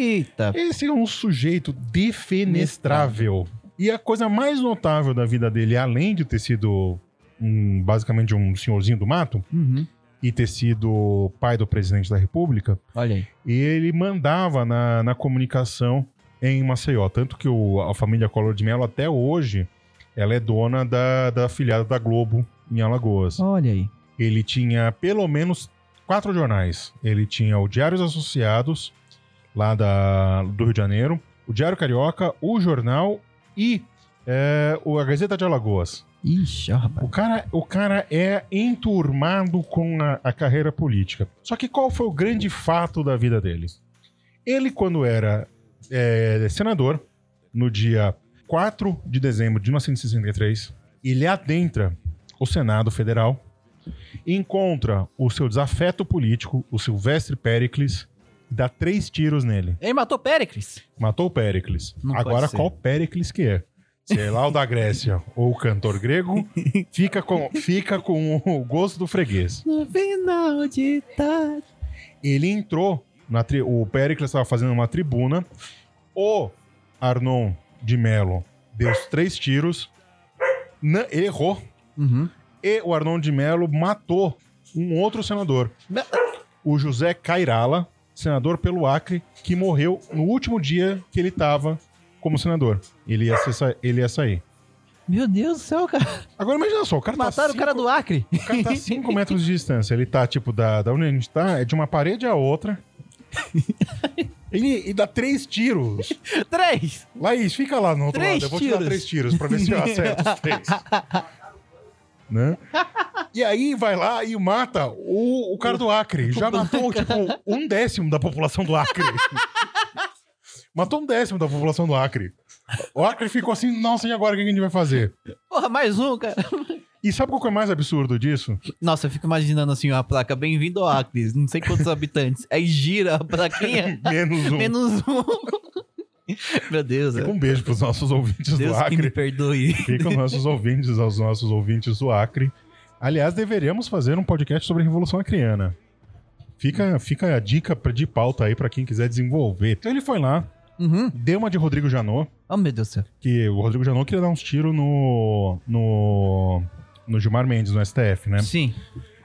Speaker 2: Eita.
Speaker 1: Esse é um sujeito defenestrável. E a coisa mais notável da vida dele, além de ter sido um- basicamente um senhorzinho do mato
Speaker 2: Uhum.
Speaker 1: e ter sido pai do presidente da república,
Speaker 2: Olha aí.
Speaker 1: e ele mandava na, na comunicação em Maceió. Tanto que o- a família Collor de Mello, até hoje, ela é dona da, da afiliada da Globo em Alagoas.
Speaker 2: Olha aí.
Speaker 1: Ele tinha pelo menos quatro jornais. Ele tinha o Diários Associados, lá da, do Rio de Janeiro, o Diário Carioca, o Jornal e é, o- a Gazeta de Alagoas.
Speaker 2: Ixi, ó, rapaz.
Speaker 1: O cara, o cara é enturmado com a, a carreira política. Só que qual foi o grande fato da vida dele? Ele, quando era é, senador, no dia 4 de dezembro de 1963, ele adentra o Senado Federal, encontra o seu desafeto político, o Silvestre Péricles, e dá três tiros nele.
Speaker 2: Ele matou Péricles.
Speaker 1: Matou o Péricles.
Speaker 2: Não pode
Speaker 1: Agora,
Speaker 2: ser.
Speaker 1: qual Péricles que é? Sei lá, o da Grécia ou o cantor grego, fica com, fica com o gosto do freguês.
Speaker 2: No final de tarde.
Speaker 1: Ele entrou, na tri- o Péricles estava fazendo uma tribuna, o Arnon de Mello deu os três tiros, na- ele errou,
Speaker 2: Uhum.
Speaker 1: e o Arnon de Mello matou um outro senador, o José Cairala, senador pelo Acre, que morreu no último dia que ele estava como senador. Ele ia, ser sa- ele ia sair.
Speaker 2: Meu Deus do céu, cara.
Speaker 1: Agora imagina só, o cara
Speaker 2: Mataram o
Speaker 1: tá
Speaker 2: cara do Acre.
Speaker 1: o cara tá 5 metros de distância. Ele tá, tipo, da, da onde a gente tá, é de uma parede à outra. Ele, ele dá três tiros.
Speaker 2: Três.
Speaker 1: Laís, fica lá no outro
Speaker 2: Três
Speaker 1: lado. Eu vou te
Speaker 2: tiros.
Speaker 1: dar três tiros pra ver se eu acerto os três. né? E aí vai lá e mata o, o cara do Acre. Já matou, tipo, um décimo da população do Acre. matou um décimo da população do Acre. O Acre ficou assim, nossa, e agora o que a gente vai fazer?
Speaker 2: Porra, mais um, cara.
Speaker 1: E sabe qual que é mais absurdo disso?
Speaker 2: Nossa, eu fico imaginando assim, uma placa, bem-vindo ao Acre, não sei quantos habitantes. Aí gira a plaquinha,
Speaker 1: Menos um.
Speaker 2: menos um. Meu Deus,
Speaker 1: Fica um beijo pros nossos ouvintes
Speaker 2: Deus
Speaker 1: do
Speaker 2: que me
Speaker 1: Acre.
Speaker 2: perdoe.
Speaker 1: Fica os nossos ouvintes, aos nossos ouvintes do Acre. Aliás, deveríamos fazer um podcast sobre a Revolução Acreana. Fica, fica a dica pra- de pauta aí pra quem quiser desenvolver. Então ele foi lá,
Speaker 2: Uhum.
Speaker 1: deu uma de Rodrigo Janot,
Speaker 2: Oh, meu Deus do céu.
Speaker 1: que o Rodrigo Janot queria dar uns tiros no, no, no Gilmar Mendes, no STF, né?
Speaker 2: Sim.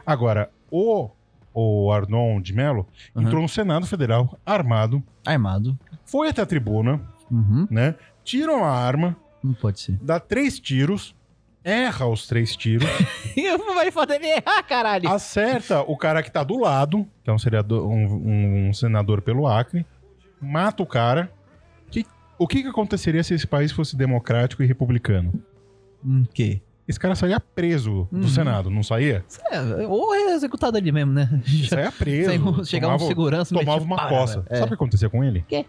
Speaker 1: Agora, o, o Arnon de Mello
Speaker 2: Uhum.
Speaker 1: entrou no Senado Federal armado,
Speaker 2: Armado.
Speaker 1: foi até a tribuna,
Speaker 2: Uhum.
Speaker 1: né? Tiram a arma,
Speaker 2: Não pode ser.
Speaker 1: dá três tiros, erra os três tiros,
Speaker 2: Vai fazer ele
Speaker 1: Ah,
Speaker 2: errar, caralho.
Speaker 1: acerta o cara que tá do lado, que é um, seriado- um- um senador pelo Acre, mata o cara. Que- o que, que aconteceria se esse país fosse democrático e republicano?
Speaker 2: Hum, quê?
Speaker 1: Esse cara saía preso do
Speaker 2: Uhum.
Speaker 1: Senado, não saía?
Speaker 2: É, ou é executado ali mesmo, né?
Speaker 1: Saía preso.
Speaker 2: Saiu- Chegava um
Speaker 1: tomava-
Speaker 2: segurança
Speaker 1: tomava
Speaker 2: metia
Speaker 1: uma
Speaker 2: pá,
Speaker 1: coça.
Speaker 2: velho. É.
Speaker 1: Sabe o que acontecia com ele?
Speaker 2: Quê?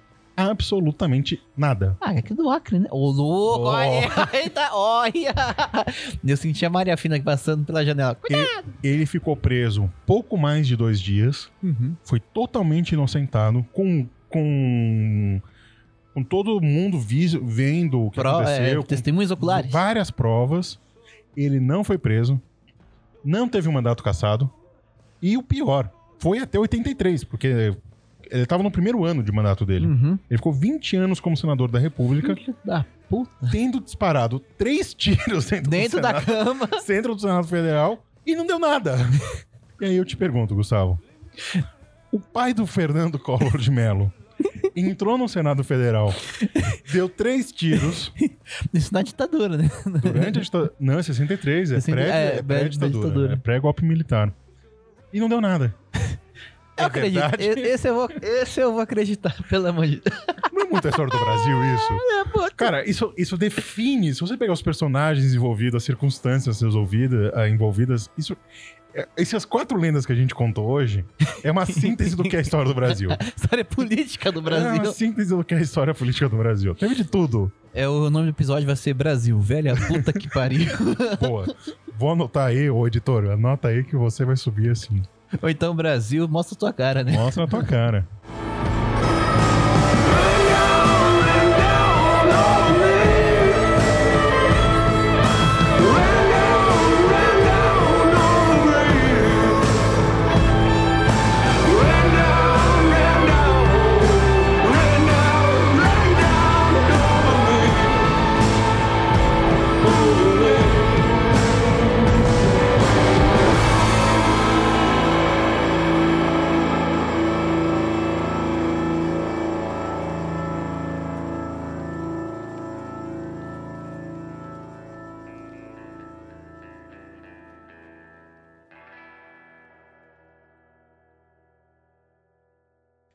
Speaker 1: Absolutamente nada.
Speaker 2: Ah, é que do Acre, né? Ô, louco!
Speaker 1: Oh.
Speaker 2: Olha! Eita, olha! Eu senti a Maria Fina aqui passando pela janela.
Speaker 1: Ele ficou preso pouco mais de dois dias.
Speaker 2: Uhum.
Speaker 1: foi totalmente inocentado, com, com, com todo mundo vis- vendo o que
Speaker 2: Pro, é,
Speaker 1: aconteceu, com
Speaker 2: testemunhos oculares.
Speaker 1: várias provas. Ele não foi preso, não teve o mandato cassado, e o pior, foi até 83, porque ele estava no primeiro ano de mandato dele.
Speaker 2: Uhum.
Speaker 1: Ele ficou 20 anos como senador da República,
Speaker 2: Filho da puta.
Speaker 1: tendo disparado três tiros dentro,
Speaker 2: Dentro
Speaker 1: do,
Speaker 2: da
Speaker 1: Senado,
Speaker 2: cama.
Speaker 1: centro do Senado Federal e não deu nada. E aí eu te pergunto, Gustavo. O pai do Fernando Collor de Mello entrou no Senado Federal, deu três tiros
Speaker 2: Isso na ditadura, né?
Speaker 1: durante a ditadura. Não, é 63, é,
Speaker 2: Sessenta-
Speaker 1: pré,
Speaker 2: é,
Speaker 1: é,
Speaker 2: é
Speaker 1: pré-ditadura.
Speaker 2: ditadura.
Speaker 1: É pré-golpe militar. E não deu nada.
Speaker 2: Eu acredito.
Speaker 1: É verdade?
Speaker 2: E- Esse eu, vou, esse eu vou acreditar, pelo amor de Deus. É,
Speaker 1: Não é muita história do Brasil isso.
Speaker 2: puta.
Speaker 1: Cara, isso, isso define. Se você pegar os personagens envolvidos, as circunstâncias envolvidas, ah, envolvidas isso. é- Essas quatro lendas que a gente contou hoje é uma síntese do que é a história do Brasil.
Speaker 2: História política do
Speaker 1: É uma
Speaker 2: Brasil.
Speaker 1: síntese do que é a história política do Brasil. Teve de tudo.
Speaker 2: É, o nome do episódio vai ser Brasil, velha puta que pariu.
Speaker 1: Boa. Vou anotar aí, ô editor, anota aí que você vai subir assim.
Speaker 2: Ou então Brasil, mostra tua cara, né?
Speaker 1: Mostra na tua cara.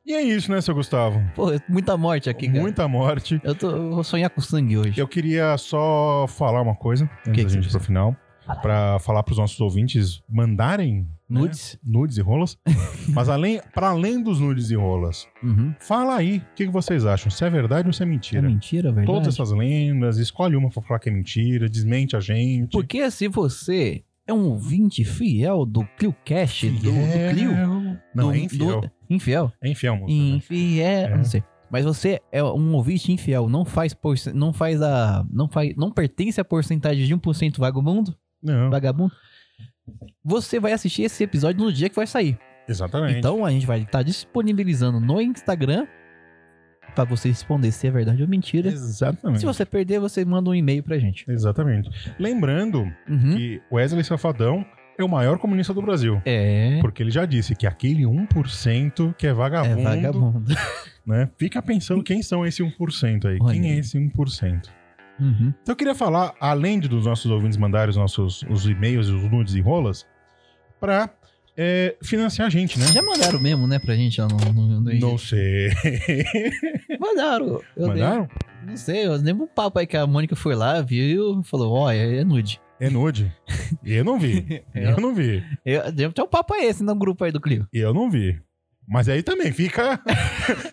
Speaker 1: E é isso, né, seu Gustavo?
Speaker 2: Pô, é muita morte aqui, cara.
Speaker 1: Muita morte.
Speaker 2: Eu, tô, eu vou sonhar com sangue hoje.
Speaker 1: Eu queria só falar uma coisa antes
Speaker 2: que
Speaker 1: da
Speaker 2: você
Speaker 1: gente ir pro
Speaker 2: precisa?
Speaker 1: final. Pra falar pros nossos ouvintes mandarem né,
Speaker 2: Nudes?
Speaker 1: nudes e rolas. Mas além, para além dos nudes e rolas,
Speaker 2: Uhum.
Speaker 1: fala aí o que, que vocês acham. Se é verdade ou se é
Speaker 2: É
Speaker 1: mentira.
Speaker 2: mentira, verdade?
Speaker 1: Todas essas lendas, escolhe uma pra falar que é mentira, desmente a gente.
Speaker 2: Porque se você é um ouvinte fiel do ClioCast, do, do Clio...
Speaker 1: Não,
Speaker 2: do-
Speaker 1: é infiel.
Speaker 2: do- infiel?
Speaker 1: É infiel, moça. né?
Speaker 2: Infiel,
Speaker 1: É.
Speaker 2: não sei. Mas você é um ouvinte infiel, não faz por, não faz a não faz não pertence à porcentagem de 1% vagabundo,
Speaker 1: Não,
Speaker 2: vagabundo. Você vai assistir esse episódio no dia que vai sair.
Speaker 1: exatamente.
Speaker 2: Então a gente vai estar disponibilizando no Instagram pra você responder se é verdade ou mentira.
Speaker 1: exatamente.
Speaker 2: Se você perder, você manda um e-mail pra gente.
Speaker 1: Exatamente. Lembrando
Speaker 2: Uhum.
Speaker 1: que Wesley Safadão é o maior comunista do Brasil.
Speaker 2: É,
Speaker 1: Porque ele já disse que aquele 1% que é
Speaker 2: é
Speaker 1: vagabundo,
Speaker 2: vagabundo.
Speaker 1: né? Fica pensando quem são esse 1% aí.
Speaker 2: Olha
Speaker 1: Quem é
Speaker 2: aí.
Speaker 1: esse 1%?
Speaker 2: Uhum.
Speaker 1: Então eu queria falar, além de dos nossos ouvintes mandarem os nossos os e-mails, os nudes e rolas, pra é, financiar a gente, né?
Speaker 2: Já mandaram mesmo, né, pra gente lá no, no, no
Speaker 1: Não sei.
Speaker 2: Mandaram. Eu dei-
Speaker 1: Mandaram?
Speaker 2: Não sei, eu lembro um papo aí que a Mônica foi lá, viu, falou, ó, é, é nude.
Speaker 1: É nude. Eu não vi.
Speaker 2: É.
Speaker 1: Eu não vi.
Speaker 2: Eu, lembro até um papo aí esse no grupo aí do Clio.
Speaker 1: Eu não vi. Mas aí também fica.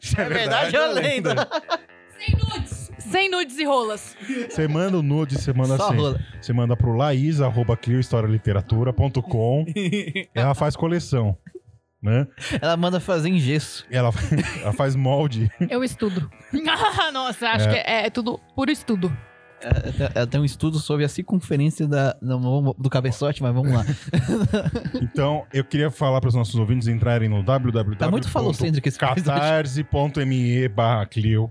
Speaker 1: Se é
Speaker 2: verdade ou lenda?
Speaker 5: Sem nudes. Sem nudes e rolas.
Speaker 1: Você manda o nude, você manda
Speaker 2: Só
Speaker 1: assim.
Speaker 2: rola.
Speaker 1: Você manda pro laís.cliohistorialiteratura.com. Ela faz coleção, né?
Speaker 2: Ela manda fazer em gesso.
Speaker 1: Ela, ela faz molde.
Speaker 5: Eu estudo. Ah, Nossa, acho que é, é tudo puro estudo.
Speaker 2: Ela tem- Ela tem um estudo sobre a circunferência da, não, vamos- do cabeçote, mas vamos lá.
Speaker 1: Então, eu queria falar para os nossos ouvintes entrarem no
Speaker 2: Tá muito falocêntrico esse episódio.
Speaker 1: www.catarse.me barra Clio.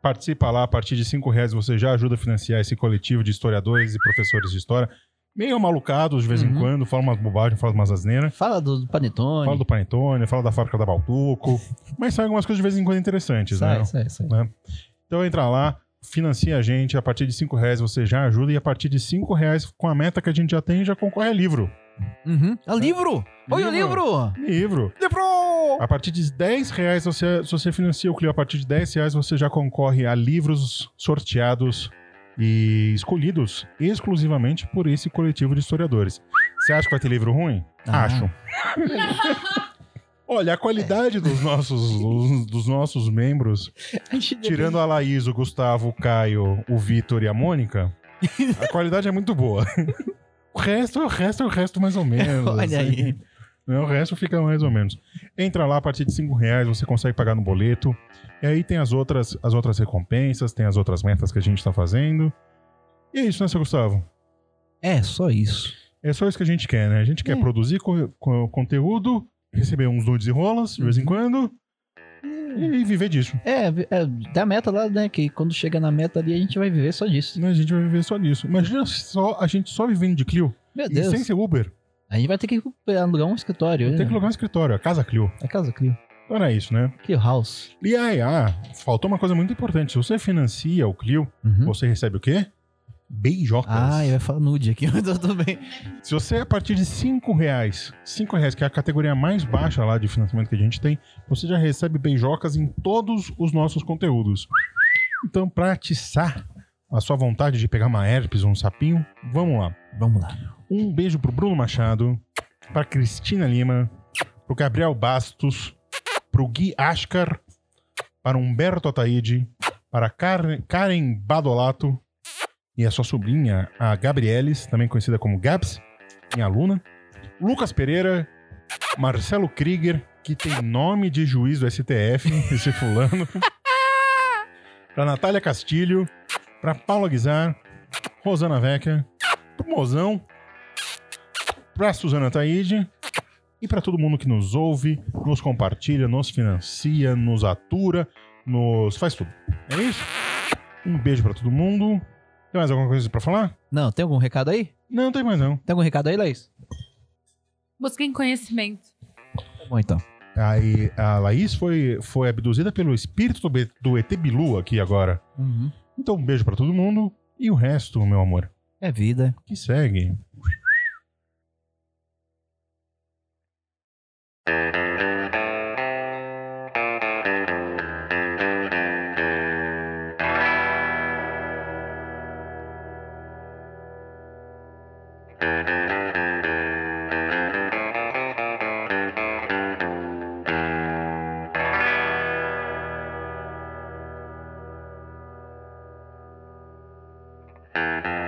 Speaker 1: Participa lá, a partir de 5 reais você já ajuda a financiar esse coletivo de historiadores e professores de história. Meio malucados de vez em
Speaker 2: Uhum.
Speaker 1: quando, fala umas bobagens, fala umas asneiras.
Speaker 2: Fala do, do panetone.
Speaker 1: Fala do Panetone, fala da fábrica da Balduco. mas sai algumas coisas de vez em quando interessantes,
Speaker 2: sai,
Speaker 1: né?
Speaker 2: sai, sai.
Speaker 1: Então entra lá, financia a gente. A partir de 5 reais você já ajuda. E a partir de 5 reais, com a meta que a gente já tem, já concorre a livro.
Speaker 2: Uhum. Ah, livro! Olha o
Speaker 1: Livro.
Speaker 2: livro!
Speaker 1: Livro!
Speaker 2: Livro!
Speaker 1: A partir de 10 reais, você, se você financia o Clio, a partir de 10 reais você já concorre a livros sorteados e escolhidos exclusivamente por esse coletivo de historiadores. Você acha que vai ter livro ruim?
Speaker 2: Ah.
Speaker 1: Acho. Olha, a qualidade dos nossos, dos- dos nossos membros
Speaker 2: A gente deve-
Speaker 1: Tirando a Laís, o Gustavo, o Caio, o Vitor e a Mônica, a qualidade é muito boa. O resto, o resto, o resto mais ou menos. assim.
Speaker 2: Olha aí.
Speaker 1: Né, O resto fica mais ou menos. Entra lá a partir de 5 reais, você consegue pagar no boleto. E aí tem as outras, as outras recompensas, tem as outras metas que a gente tá fazendo. E é isso, né, seu Gustavo?
Speaker 2: É, só isso.
Speaker 1: É só isso que a gente quer, né? A gente quer
Speaker 2: É.
Speaker 1: produzir co- co- conteúdo, receber uns nudes e rolas de vez
Speaker 2: Uhum.
Speaker 1: em quando e viver disso.
Speaker 2: É, é, da meta lá, né? Que quando chega na meta ali, a gente vai viver só disso.
Speaker 1: né, A gente vai viver só nisso. Imagina só a gente só vivendo de Clio
Speaker 2: É. Meu
Speaker 1: e
Speaker 2: Deus.
Speaker 1: sem ser Uber.
Speaker 2: A gente vai ter que alugar um escritório.
Speaker 1: Tem que
Speaker 2: né?
Speaker 1: alugar um escritório, a casa Clio.
Speaker 2: A casa Clio.
Speaker 1: Então era isso, né?
Speaker 2: Clio House.
Speaker 1: E aí, ah, faltou uma coisa muito importante. Se você financia o Clio,
Speaker 2: Uhum.
Speaker 1: você recebe o quê? Beijocas.
Speaker 2: Ah, eu ia falar nude aqui, mas tudo bem.
Speaker 1: Se você, a partir de 5 reais, 5 reais, que é a categoria mais baixa lá de financiamento que a gente tem, você já recebe beijocas em todos os nossos conteúdos. Então, pra atiçar a sua vontade de pegar uma herpes ou um sapinho, vamos lá.
Speaker 2: Vamos lá.
Speaker 1: Um beijo pro Bruno Machado, pra Cristina Lima, pro Gabriel Bastos, pro Gui Ascar, para Humberto Ataíde, para Karen, Karen Badolato e a sua sobrinha, a Gabrieles, também conhecida como Gabs, minha aluna, Lucas Pereira, Marcelo Krieger, que tem nome de juiz do STF, esse fulano, pra Natália Castilho, pra Paula Guizar, Rosana Vecchia, pro Mozão, pra Suzana Taide e pra todo mundo que nos ouve, nos compartilha, nos financia, nos atura, nos faz tudo. É isso? Um beijo pra todo mundo. Tem mais alguma coisa pra falar?
Speaker 2: Não, tem algum recado aí?
Speaker 1: Não, não tem mais não.
Speaker 2: Tem algum recado aí, Laís?
Speaker 5: Busquem conhecimento.
Speaker 2: Tá bom, então.
Speaker 1: Aí a Laís foi, foi abduzida pelo espírito do, Be- do ET Bilu aqui agora.
Speaker 2: Uhum.
Speaker 1: Então um beijo pra todo mundo e o resto, meu amor,
Speaker 2: É vida.
Speaker 1: que segue.
Speaker 3: Thank you.